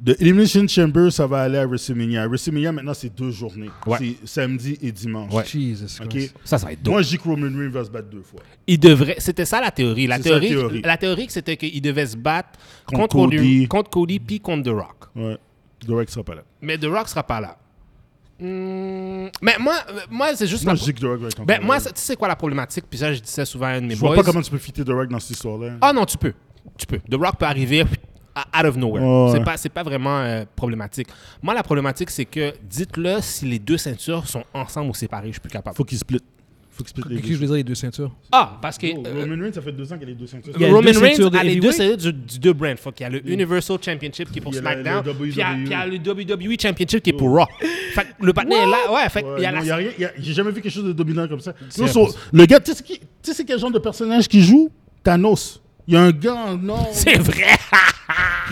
Speaker 3: De Elimination Chamber, ça va aller à WrestleMania. WrestleMania, maintenant, c'est deux journées.
Speaker 2: Ouais.
Speaker 3: C'est samedi et dimanche.
Speaker 2: Ouais.
Speaker 1: Jesus
Speaker 3: OK?
Speaker 1: Christ.
Speaker 2: Ça, ça va être dope.
Speaker 3: Moi, je dis que Roman Reigns va se battre deux fois.
Speaker 2: Il devrait. C'était ça la théorie. La
Speaker 3: C'est ça, la
Speaker 2: théorie,
Speaker 3: théorie.
Speaker 2: la théorie, c'était qu'il devait se battre contre,
Speaker 3: Contre
Speaker 2: Cody,
Speaker 3: Cody.
Speaker 2: contre Cody puis contre The Rock.
Speaker 3: Ouais. Direct sera pas là.
Speaker 2: Mais The Rock sera pas là. Hmm, Mais moi, euh, moi c'est juste.
Speaker 3: Moi,
Speaker 2: la-
Speaker 3: je dis que Direct va être encore
Speaker 2: Ben,
Speaker 3: là.
Speaker 2: moi, ça- tu sais quoi la problématique Puis ça, je dis ça souvent à un de mes
Speaker 3: Je
Speaker 2: boys.
Speaker 3: vois pas comment tu peux fitter Direct dans cette histoire-là.
Speaker 2: Ah non, tu peux. Tu peux. The Rock peut arriver à- out of nowhere.
Speaker 3: Ouais, ouais.
Speaker 2: C'est pas, c'est pas vraiment euh, problématique. Moi, la problématique, c'est que dites-le si les deux ceintures sont ensemble ou séparées. Je suis plus capable.
Speaker 3: Faut qu'il split. Faut qu'il split les
Speaker 1: Et qui je
Speaker 3: deux.
Speaker 1: les ai les deux ceintures?
Speaker 2: Ah, parce que.
Speaker 3: Oh,
Speaker 2: euh,
Speaker 3: Roman Reigns, ça fait deux ans qu'il a les deux ceintures.
Speaker 1: Il y a
Speaker 2: Roman
Speaker 1: deux ceintures
Speaker 2: Reigns
Speaker 1: de
Speaker 2: a les deux
Speaker 1: heavyweight.
Speaker 2: ceintures du, du deux brands. Fuck, il y a le Universal Championship qui est pour
Speaker 3: Il y a le- E
Speaker 2: SmackDown,
Speaker 3: le
Speaker 2: puis il y a-
Speaker 3: WWE.
Speaker 2: puis il y a le WWE Championship qui est pour Raw. Fait que le patin est là, ouais, fait que
Speaker 3: Ouais,
Speaker 2: il y a
Speaker 3: non,
Speaker 2: la-
Speaker 3: y a rien- y a- J'ai jamais vu quelque chose de dominant comme ça.
Speaker 2: C'est
Speaker 3: Non, son-
Speaker 2: impossible.
Speaker 3: le gars, tu sais c'est qui- tu sais c'est quel genre de personnage qui joue Thanos. Il y a un gars en or,
Speaker 2: C'est vrai!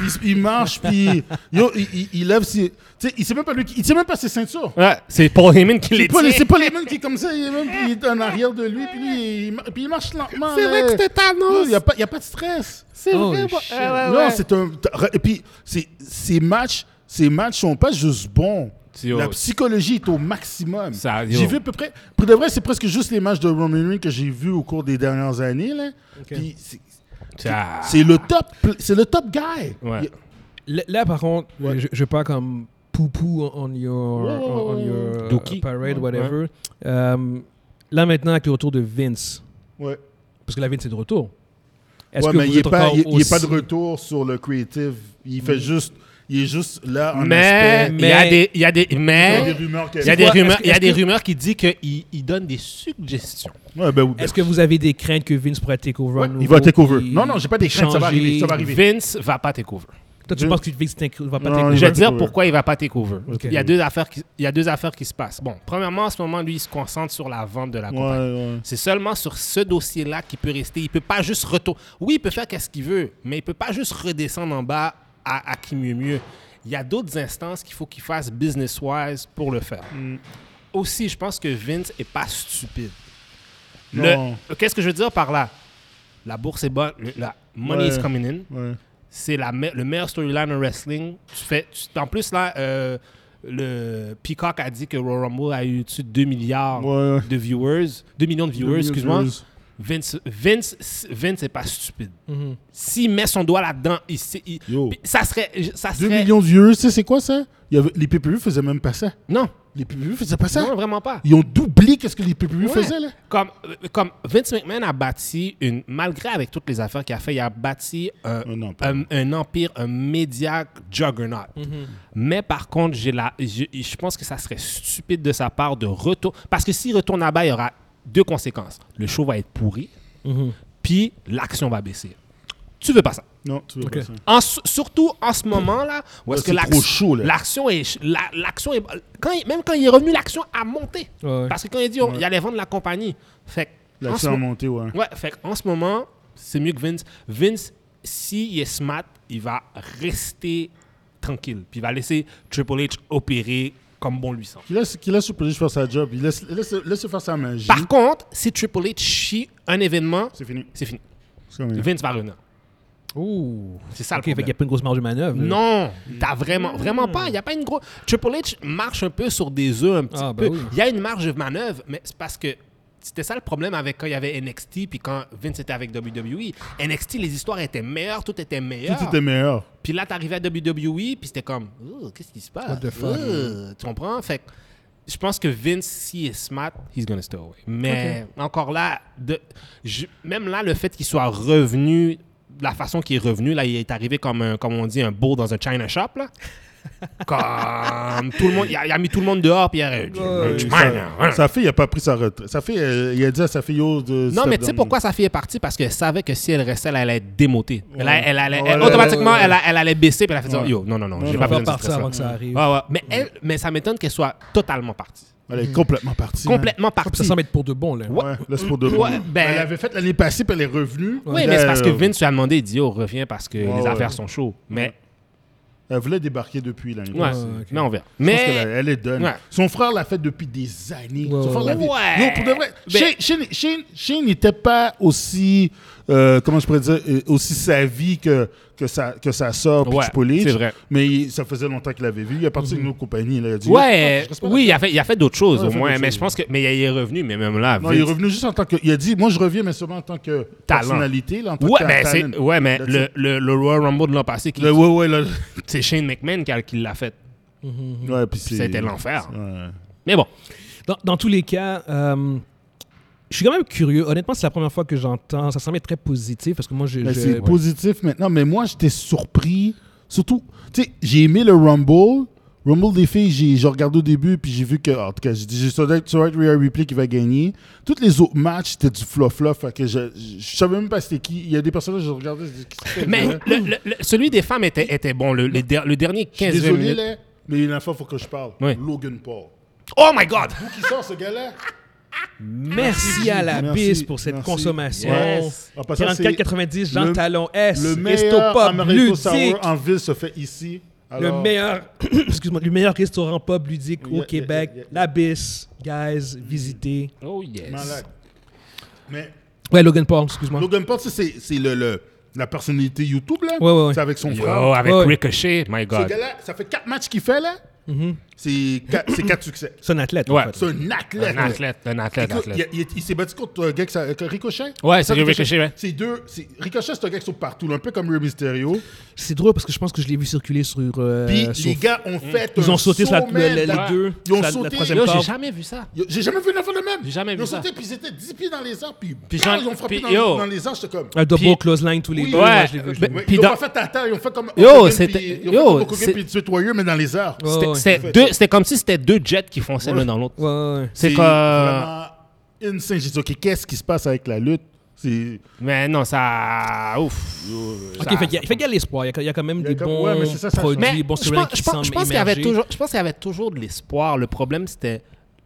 Speaker 3: il, s- il marche, puis yo, il, il- il lève ses. Tu sais, il sait même pas lui, qui- il tient même pas ses ceintures.
Speaker 2: Ouais, c'est Paul Heyman qui les
Speaker 3: C'est pas,
Speaker 2: tient.
Speaker 3: les- c'est pas les mêmes qui est comme ça, il est, même, puis il est en arrière de lui, puis lui, il, mar- puis il marche lentement.
Speaker 2: C'est vrai que c'était Thanos.
Speaker 3: Il n'y a, pas- y a pas de stress.
Speaker 2: C'est
Speaker 1: Oh,
Speaker 2: vrai,
Speaker 1: shit.
Speaker 2: ouais, ouais,
Speaker 3: non,
Speaker 2: ouais.
Speaker 3: c'est un. t'as- Et puis, c'est- ces matchs, ces matchs sont pas juste bons.
Speaker 2: Yo.
Speaker 3: La psychologie est au maximum.
Speaker 2: Ça, yo.
Speaker 3: J'ai vu à peu près. Pour de vrai, c'est presque juste les matchs de Roman Reigns que j'ai vus au cours des dernières années. Là. Puis c'est-
Speaker 2: Ça-
Speaker 3: c'est le top, pl- c'est le top guy.
Speaker 2: Ouais.
Speaker 1: Là, là, par contre,
Speaker 3: Ouais.
Speaker 1: je, je parle comme poupou on your,
Speaker 3: Ouais, ouais,
Speaker 1: on
Speaker 3: ouais,
Speaker 1: your
Speaker 2: Dookie.
Speaker 1: uh, parade, whatever. Euh, là, maintenant, avec le retour de Vince,
Speaker 3: Il- ouais.
Speaker 1: parce que la Vince est de retour. Est-ce
Speaker 3: Ouais,
Speaker 1: que
Speaker 3: mais
Speaker 1: vous
Speaker 3: il n'est
Speaker 1: êtes
Speaker 3: pas,
Speaker 1: encore
Speaker 3: il est- il est pas
Speaker 1: aussi-
Speaker 3: de retour sur le creative. Il fait juste, il est juste là en
Speaker 2: Mais,
Speaker 3: aspect.
Speaker 2: il y a
Speaker 1: mais-
Speaker 2: des, il y a des,
Speaker 3: Il y a
Speaker 2: mais,
Speaker 3: des rumeurs qu'il
Speaker 2: il y a des
Speaker 1: Est-ce que-
Speaker 2: rumeurs, il y a
Speaker 1: est-ce
Speaker 2: des
Speaker 1: que-
Speaker 2: rumeurs qui disent qu'il il donne des suggestions.
Speaker 3: Ouais, ben, oui, ben,
Speaker 1: Est-ce que vous avez des craintes que Vince pourrait take over à nouveau,
Speaker 3: il va take over.
Speaker 1: puis
Speaker 3: Non, non, j'ai pas des craintes. Ça va
Speaker 1: changer-
Speaker 3: arriver. Ça va arriver.
Speaker 2: Vince va pas take over.
Speaker 1: Toi, tu
Speaker 3: Je-
Speaker 1: penses que Vince t'inc- va pas
Speaker 3: Non,
Speaker 1: take
Speaker 3: il
Speaker 1: over?
Speaker 2: Je vais
Speaker 3: va
Speaker 2: te dire
Speaker 3: takeover.
Speaker 2: pourquoi il va pas takeover.
Speaker 1: Ok.
Speaker 2: Il, y a deux affaires qui, il y a deux affaires qui se passent. Bon, premièrement, en ce moment, lui, il se concentre sur la vente de la
Speaker 3: Ouais,
Speaker 2: compagnie.
Speaker 3: ouais.
Speaker 2: C'est seulement sur ce dossier-là qu'il peut rester. Il peut pas juste retourner. Oui, il peut faire qu'est-ce qu'il veut, mais il peut pas juste redescendre en bas à, à qui mieux mieux. Il y a d'autres instances qu'il faut qu'il fasse business-wise pour le faire.
Speaker 3: Mm.
Speaker 2: Aussi, je pense que Vince est pas stupide. Le-
Speaker 3: Non.
Speaker 2: Qu'est-ce que je veux dire par là? La bourse est bonne. le- la money
Speaker 3: Ouais.
Speaker 2: is coming in
Speaker 3: ouais.
Speaker 2: c'est la me- le meilleur storyline en wrestling. Tu fais, tu- en plus, là, euh, le Peacock a dit que Royal Rumble a eu au-dessus de 2 milliards
Speaker 3: Ouais, ouais.
Speaker 2: de viewers. 2 millions de viewers,
Speaker 3: Deux
Speaker 2: excuse-moi.
Speaker 3: viewers.
Speaker 2: Vince, Vince, Vince est pas stupide.
Speaker 1: Mhm.
Speaker 2: S'il met son doigt là-dedans, il, sait- il-
Speaker 3: Yo.
Speaker 2: puis ça serait... Ça
Speaker 3: 2
Speaker 2: serait
Speaker 3: millions de viewers, tu sais, c'est quoi ça? Il y avait- les PPV faisaient même pas ça.
Speaker 2: Non,
Speaker 3: Les PPV faisaient pas ça.
Speaker 2: non, vraiment pas.
Speaker 3: Ils ont doublé qu'est-ce que les PPV
Speaker 2: Ouais.
Speaker 3: faisaient, là.
Speaker 2: Comme, euh, comme Vince McMahon a bâti une, malgré avec toutes les affaires qu'il a fait, il a bâti un,
Speaker 3: Un empire.
Speaker 2: un, un empire, un média juggernaut.
Speaker 1: Mhm.
Speaker 2: Mais par contre, j'ai la, je, je pense que ça serait stupide de sa part de retour, parce que s'il retourne là-bas, il y aura deux conséquences. Le show va être pourri,
Speaker 1: Mhm.
Speaker 2: puis l'action va baisser. Tu veux pas ça.
Speaker 3: Non, tu veux
Speaker 1: Ok.
Speaker 3: pas ça.
Speaker 2: En su- surtout en ce moment là, où est-ce
Speaker 3: Là,
Speaker 2: que
Speaker 3: c'est
Speaker 2: l'ac-
Speaker 3: trop chaud, là.
Speaker 2: l'action est, la- l'action est, quand il- même quand il est revenu, l'action a monté.
Speaker 1: Ouais, ouais.
Speaker 2: Parce que quand il dit, on- il allait vendre la compagnie. Fait que, en ce
Speaker 3: L'action a monté, ouais.
Speaker 2: mo- ouais, fait que en ce moment, c'est mieux que Vince. Vince, s'il est smart, il va rester tranquille. Puis il va laisser Triple H opérer comme bon lui semble.
Speaker 3: Qu'il laisse, qu'il laisse Triple H faire sa job. Il laisse, laisse, laisse faire sa magie.
Speaker 2: Par contre, si Triple H chie un événement,
Speaker 3: C'est fini.
Speaker 2: c'est fini.
Speaker 3: C'est fini.
Speaker 2: Vince va revenir.
Speaker 1: Ah, Ouh.
Speaker 2: C'est ça
Speaker 1: Ok, fait
Speaker 2: le
Speaker 1: qu'il n'y a
Speaker 2: problème.
Speaker 1: pas une grosse marge de manœuvre. là.
Speaker 2: Non, t'as vraiment, vraiment pas. Il n'y a pas une grosse. Triple H marche un peu sur des œufs un petit
Speaker 1: Ah, ben
Speaker 2: peu.
Speaker 1: oui.
Speaker 2: Il y a une marge de manœuvre, mais c'est parce que C'était ça le problème avec quand il y avait NXT puis quand Vince était avec E. WWE. NXT, les histoires étaient meilleures, tout était meilleur.
Speaker 3: Tout était meilleur.
Speaker 2: Puis là, t'arrivais à WWE, puis c'était comme, Ugh, qu'est-ce qui se passe?
Speaker 1: What the fuck?
Speaker 2: Ugh, tu comprends? Fait que je pense que Vince, s'il est smart, he's gonna stay away. Mais encore là, de, je- même là, le fait qu'il soit revenu, de la façon qu'il est revenu, là, il est arrivé comme, un, comme on dit, un beau dans un China shop, là. comme tout le monde, il a, il a mis tout le monde dehors, puis il a. Euh,
Speaker 1: Ouais,
Speaker 3: Euh,
Speaker 2: hein.
Speaker 3: Sa, sa fille n'a pas pris sa retraite. Sa fille, elle- il a dit à sa fille, yo, de-
Speaker 2: Non,
Speaker 3: step
Speaker 2: mais tu sais
Speaker 3: down.
Speaker 2: pourquoi sa fille est partie? Parce qu'elle savait que si elle restait, elle allait être démotée. Elle, allait- elle allait-
Speaker 3: Ouais,
Speaker 2: elle-
Speaker 3: ouais,
Speaker 2: automatiquement,
Speaker 1: ouais, ouais.
Speaker 2: Elle, a- elle allait baisser, puis elle a fait dire,
Speaker 3: Ouais.
Speaker 2: Yo, non, non, non, j'ai
Speaker 1: Je
Speaker 2: pas
Speaker 1: vais
Speaker 2: besoin
Speaker 1: pas
Speaker 2: de
Speaker 1: partir
Speaker 2: stress-là.
Speaker 1: avant que ça arrive.
Speaker 3: Ah.
Speaker 2: Ouais, ouais. Mais, elle, mais ça m'étonne qu'elle soit totalement partie.
Speaker 3: Elle est complètement partie. man.
Speaker 2: Complètement
Speaker 1: Puis
Speaker 2: partie.
Speaker 1: Ça semble être pour de bon, là.
Speaker 3: Ouais, là, c'est pour de
Speaker 2: Ouais,
Speaker 3: bon.
Speaker 2: ben-
Speaker 3: Elle l'avait fait l'année passée, puis elle est revenue.
Speaker 2: Oui, mais c'est parce que Vince lui a demandé, il dit, oh, reviens parce que les
Speaker 3: ouais.
Speaker 2: affaires sont chaudes. Mais,
Speaker 3: Elle voulait débarquer depuis l'année
Speaker 2: ouais,
Speaker 3: passée.
Speaker 1: ok.
Speaker 2: mais on verra.
Speaker 3: Ah, Je pense qu'elle
Speaker 2: Mais,
Speaker 3: a- elle est done.
Speaker 2: Ouais.
Speaker 3: Son frère l'a fait depuis des années.
Speaker 1: Ouais,
Speaker 3: Son frère l'a
Speaker 2: ouais.
Speaker 3: fait- Non, pour de vrai.
Speaker 2: Ben-
Speaker 3: Shane- Shane- Shane- Shane n'était pas aussi, euh, comment je pourrais dire, euh, aussi sa vie que, que, sa, que sa soeur
Speaker 2: Ouais,
Speaker 3: Peach Police.
Speaker 2: c'est vrai.
Speaker 3: Mais il- ça faisait longtemps qu'il l'avait vu. Il est parti avec nos compagnies. Là, il a dit, Ah,
Speaker 2: ouais,
Speaker 3: Je reste pas là.
Speaker 2: oui, il a fait, il a fait d'autres choses
Speaker 3: Ouais, il a
Speaker 2: au
Speaker 3: fait
Speaker 2: moins.
Speaker 3: d'autres
Speaker 2: Mais
Speaker 3: choses.
Speaker 2: je pense que, mais il est revenu, mais même là,
Speaker 3: Non, il est
Speaker 2: Vince-
Speaker 3: revenu juste en tant que. Il a dit, moi je reviens, mais seulement en tant que
Speaker 2: Talent.
Speaker 3: personnalité. Là, en tant
Speaker 2: Ouais,
Speaker 3: que
Speaker 2: mais,
Speaker 3: talent.
Speaker 2: c'est, ouais, mais
Speaker 3: That's
Speaker 2: le,
Speaker 3: it.
Speaker 2: le, le Royal Rumble de l'an passé, qui-
Speaker 3: Le- ouais, ouais, là.
Speaker 2: c'est Shane McMahon qui, a- qui l'a fait.
Speaker 3: Ouais, puis c'est-
Speaker 2: C'était l'enfer.
Speaker 3: Ouais.
Speaker 2: Mais bon,
Speaker 1: Dans, dans tous les cas, euh, je suis quand même curieux. Honnêtement, c'est la première fois que j'entends. Ça semble être très positif parce que moi, je.
Speaker 3: Mais
Speaker 1: je-
Speaker 3: Ben, c'est positif maintenant. Mais moi, j'étais surpris. Surtout, tu sais, j'ai aimé le Rumble. Rumble des filles, j'ai j'ai regardé au début, puis j'ai vu que, en tout cas, j'ai dit, j'ai sur Rhea Ripley qui va gagner. Toutes les autres matchs, c'était du fluff-fluff. fait que je, je, je savais même pas c'était qui. Il y a des personnages, je regardais, je dis, qui c'est,
Speaker 2: mais
Speaker 3: là?
Speaker 2: le- le- le- celui des femmes était, était bon. Le, le der- le dernier
Speaker 3: Je suis
Speaker 2: 15
Speaker 3: désolé,
Speaker 2: minutes.
Speaker 3: là, mais la fois, faut que je parle.
Speaker 2: Oui.
Speaker 3: Logan Paul.
Speaker 2: Oh my God!
Speaker 3: D'où qui sort ce gars-là?
Speaker 1: Merci à la
Speaker 3: Merci,
Speaker 1: piste pour cette
Speaker 3: merci. Ah,
Speaker 1: consommation.
Speaker 2: Yes.
Speaker 3: En passant, c'est
Speaker 1: 44,90 Jean
Speaker 3: le-
Speaker 1: Talon S.
Speaker 3: Le
Speaker 1: Resto
Speaker 3: meilleur
Speaker 1: Pub
Speaker 3: Amaretto
Speaker 1: ludique.
Speaker 3: Sour en ville se fait ici.
Speaker 1: Le
Speaker 3: Alors,
Speaker 1: meilleur, excuse-moi, le meilleur restaurant pub ludique au
Speaker 3: Yeah,
Speaker 1: Québec,
Speaker 3: yeah, yeah,
Speaker 1: la Bis, guys, visitez.
Speaker 2: Oh yes.
Speaker 3: malade. Mais
Speaker 1: Ouais, Logan Paul, excuse-moi.
Speaker 3: Logan Paul, ça, c'est c'est le, le- la personnalité YouTube, là.
Speaker 1: Ouais, ouais, ouais.
Speaker 3: C'est avec son
Speaker 2: Yo,
Speaker 3: frère.
Speaker 2: avec
Speaker 1: Ouais.
Speaker 2: Ricochet, my
Speaker 3: Ce
Speaker 2: God.
Speaker 3: gars-là, ça fait quatre matchs qu'il fait, là.
Speaker 1: Mm-hmm.
Speaker 3: C'est quatre, c'est quatre succès.
Speaker 1: C'est un athlète.
Speaker 2: Ouais.
Speaker 1: en fait.
Speaker 3: C'est un athlète.
Speaker 2: Un athlète, un athlète,
Speaker 3: Écoute, il,
Speaker 2: athlète.
Speaker 3: a- il est- il s'est battu contre euh, un gars qui s'a- que Ricochet.
Speaker 2: Ouais, c'est Ricochet, ouais.
Speaker 3: C'est deux. c'est- Ricochet, c'est un gars qui sont partout, là, un peu comme Rey
Speaker 1: Euh,
Speaker 3: Mysterio.
Speaker 1: C'est drôle parce que je pense que je l'ai vu circuler sur. euh,
Speaker 3: Puis
Speaker 1: sur-
Speaker 3: les gars ont
Speaker 2: Mm.
Speaker 3: fait.
Speaker 1: Ils
Speaker 3: un
Speaker 1: ont sauté sur la-
Speaker 3: sommet
Speaker 1: le- le-
Speaker 3: de-
Speaker 1: les deux,
Speaker 3: Ils ont
Speaker 1: la- la
Speaker 3: sauté.
Speaker 1: troisième
Speaker 2: Yo,
Speaker 1: corde.
Speaker 2: j'ai jamais vu ça.
Speaker 3: Yo, J'ai jamais vu une affaire de même.
Speaker 2: J'ai jamais
Speaker 3: ils
Speaker 2: vu
Speaker 3: ont
Speaker 2: ça.
Speaker 3: sauté, puis ils étaient 10 pieds dans les airs, puis,
Speaker 2: Puis
Speaker 3: bam,
Speaker 2: genre-
Speaker 3: ils ont frappé
Speaker 2: puis
Speaker 3: dans,
Speaker 2: yo.
Speaker 3: dans les airs, j'étais comme.
Speaker 1: Un double
Speaker 2: Puis-
Speaker 1: clothesline tous les
Speaker 3: Oui.
Speaker 1: deux.
Speaker 3: Ouais.
Speaker 1: moi, je l'ai vu, je l'ai
Speaker 2: Ben,
Speaker 1: vu.
Speaker 3: Ouais,
Speaker 2: puis
Speaker 3: ils ont
Speaker 2: dans-
Speaker 3: pas fait tata, ils ont fait comme.
Speaker 2: Yo,
Speaker 3: Hogan,
Speaker 2: c'était-
Speaker 3: puis- ils ont
Speaker 2: yo,
Speaker 3: fait comme Hogan,
Speaker 2: c'est-
Speaker 3: puis Tweet Warrior, mais dans les airs.
Speaker 1: Ouais,
Speaker 2: C'était-
Speaker 1: ouais.
Speaker 2: C'était deux- c'était comme si c'était deux jets qui fonçaient l'un dans l'autre.
Speaker 1: Ouais, ouais.
Speaker 2: C'est comme.
Speaker 3: vraiment insane. J'ai dit, OK, qu'est-ce qui se passe avec la lutte? C'est.
Speaker 2: Mais non, ça. Ouf.
Speaker 1: Ok, fait qu'il y a- fait qu'il y a l'espoir. Il y a- il y a quand même
Speaker 3: y a
Speaker 1: des
Speaker 3: comme-
Speaker 1: bons
Speaker 3: ouais, mais c'est ça, ça
Speaker 1: produits,
Speaker 2: Mais
Speaker 1: bons
Speaker 2: je
Speaker 1: storylines
Speaker 2: pense,
Speaker 1: qui
Speaker 2: je pense-
Speaker 1: semblent
Speaker 2: je pense qu'il y avait
Speaker 1: émerger.
Speaker 2: toujours, je pense qu'il y avait toujours de l'espoir. Le problème, c'était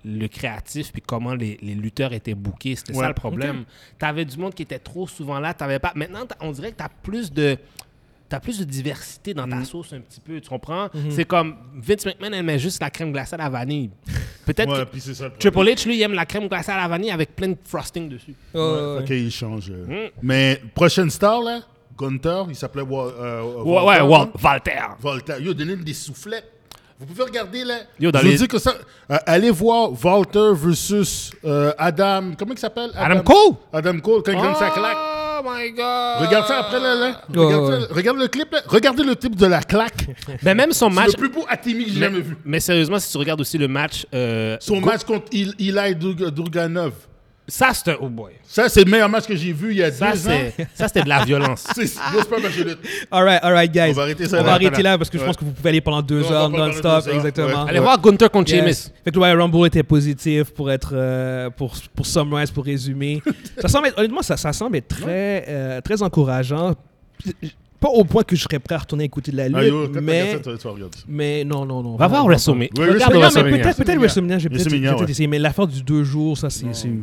Speaker 2: le créatif, puis comment les, les lutteurs étaient bookés. C'était
Speaker 3: Ouais.
Speaker 2: ça le problème. Tu avais du monde qui était trop souvent là. T'avais pas... Maintenant, t'as- on dirait que tu as plus de... T'as plus de diversité dans ta sauce un petit peu, tu comprets? C'est comme Vince McMahon aimait juste la crème glacée à la vanille. Peut-être
Speaker 3: Ouais,
Speaker 2: que
Speaker 3: puis c'est ça le problème.
Speaker 2: Triple H, lui, il aime la crème glacée à la vanille avec plein de frosting dessus.
Speaker 1: Ouais, ouais, ouais.
Speaker 3: OK, il change.
Speaker 1: Mm.
Speaker 3: euh. Mais prochaine star, là, Gunther, il s'appelait Wa- euh,
Speaker 2: Ouais,
Speaker 3: Walter.
Speaker 2: ouais,
Speaker 3: là.
Speaker 2: Wal- Walter.
Speaker 3: Walter. Yo, donnez des soufflettes. Vous pouvez regarder, là.
Speaker 2: Yo, dans
Speaker 3: Je vous
Speaker 2: les-
Speaker 3: dis que ça... euh, allez voir Walter versus euh, Adam... Comment il s'appelle?
Speaker 2: Adam Cole?
Speaker 3: Adam Cole, quand il donne
Speaker 1: Ah,
Speaker 3: sa claque.
Speaker 2: Oh my God!
Speaker 3: Regarde ça après, là, là.
Speaker 1: Ouais,
Speaker 3: Regarde,
Speaker 1: ouais.
Speaker 3: ça, là. Regarde le clip, là. Regardez le clip de la claque.
Speaker 2: Ben, même son match...
Speaker 3: le plus beau Atimi que j'ai
Speaker 2: Mais-
Speaker 3: jamais vu.
Speaker 2: Mais sérieusement, si tu regardes aussi le match, euh,
Speaker 3: Son match contre Il- Eli Drug- Druganov.
Speaker 2: ça c'était oh boy.
Speaker 3: Ça, c'est le meilleur match que j'ai vu il y a
Speaker 2: Ça
Speaker 3: 10 ans.
Speaker 2: c'est- ça, c'était de la violence.
Speaker 3: C'est c'est- yo, c'est pas un match de lutte.
Speaker 1: All right, all right, guys.
Speaker 3: On va arrêter ça
Speaker 1: On
Speaker 3: là.
Speaker 1: va arrêter là
Speaker 3: Ouais.
Speaker 1: parce que je pense que vous pouvez aller pendant deux
Speaker 3: Ouais, on va
Speaker 1: heures
Speaker 3: pas parler de
Speaker 1: non-stop.
Speaker 3: deux heures.
Speaker 1: Exactement.
Speaker 3: Ouais.
Speaker 2: Allez voir Gunther contre
Speaker 1: Yes.
Speaker 2: Sheamus.
Speaker 1: Fait que le Royal Rumble était positif pour être euh, pour pour summarize pour résumer. ça semble être- honnêtement ça, ça semble être très euh, très encourageant. Pas au point que je serais prêt à retourner écouter de la lutte,
Speaker 3: Ah, yo, quand t'as
Speaker 1: mais
Speaker 3: ça, tu- tu vas regarder ça.
Speaker 1: mais non non non.
Speaker 2: Va
Speaker 1: vraiment
Speaker 2: voir
Speaker 1: pas.
Speaker 2: WrestleMania.
Speaker 3: Ouais,
Speaker 2: Regarde
Speaker 1: Mais non, mais
Speaker 2: WrestleMania.
Speaker 1: peut-être peut-être WrestleMania, j'ai peut-être
Speaker 3: WrestleMania,
Speaker 1: j'ai peut-être
Speaker 3: ouais.
Speaker 1: essayé mais l'affaire du deux jours ça c'est c'est
Speaker 3: Ouais,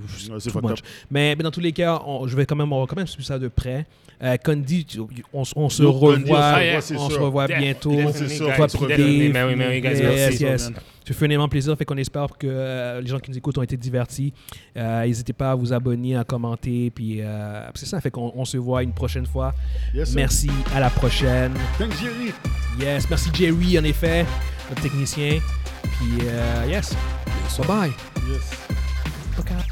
Speaker 1: too
Speaker 3: c'est fucked
Speaker 1: much.
Speaker 3: up.
Speaker 1: Mais, mais dans tous les cas, on, je vais quand même on va quand même suivre ça de près. Euh, Condi, tu- on, s- on se
Speaker 3: Yo, Condi, on se
Speaker 1: revoit,
Speaker 3: revoit, c'est
Speaker 1: on se
Speaker 3: sûr.
Speaker 1: revoit
Speaker 2: Def-
Speaker 1: bientôt.
Speaker 2: Definitely,
Speaker 3: C'est sûr,
Speaker 2: guys.
Speaker 3: toi,
Speaker 2: Definitely.
Speaker 1: Prodigy.
Speaker 2: Mais oui, mais oui, guys,
Speaker 1: Yes,
Speaker 2: merci.
Speaker 1: yes. Ça fait énormément plaisir, fait qu'on espère que euh, les gens qui nous écoutent ont été divertis. Euh, N'hésitez pas à vous abonner, à commenter, puis euh, c'est ça, fait qu'on on se voit une prochaine fois.
Speaker 3: Yes, sir.
Speaker 1: Merci, à la prochaine.
Speaker 3: Thanks, Jerry.
Speaker 1: Yes, merci Jerry en effet, notre technicien. Puis euh, yes, bye bye.
Speaker 3: Yes.
Speaker 1: Bye.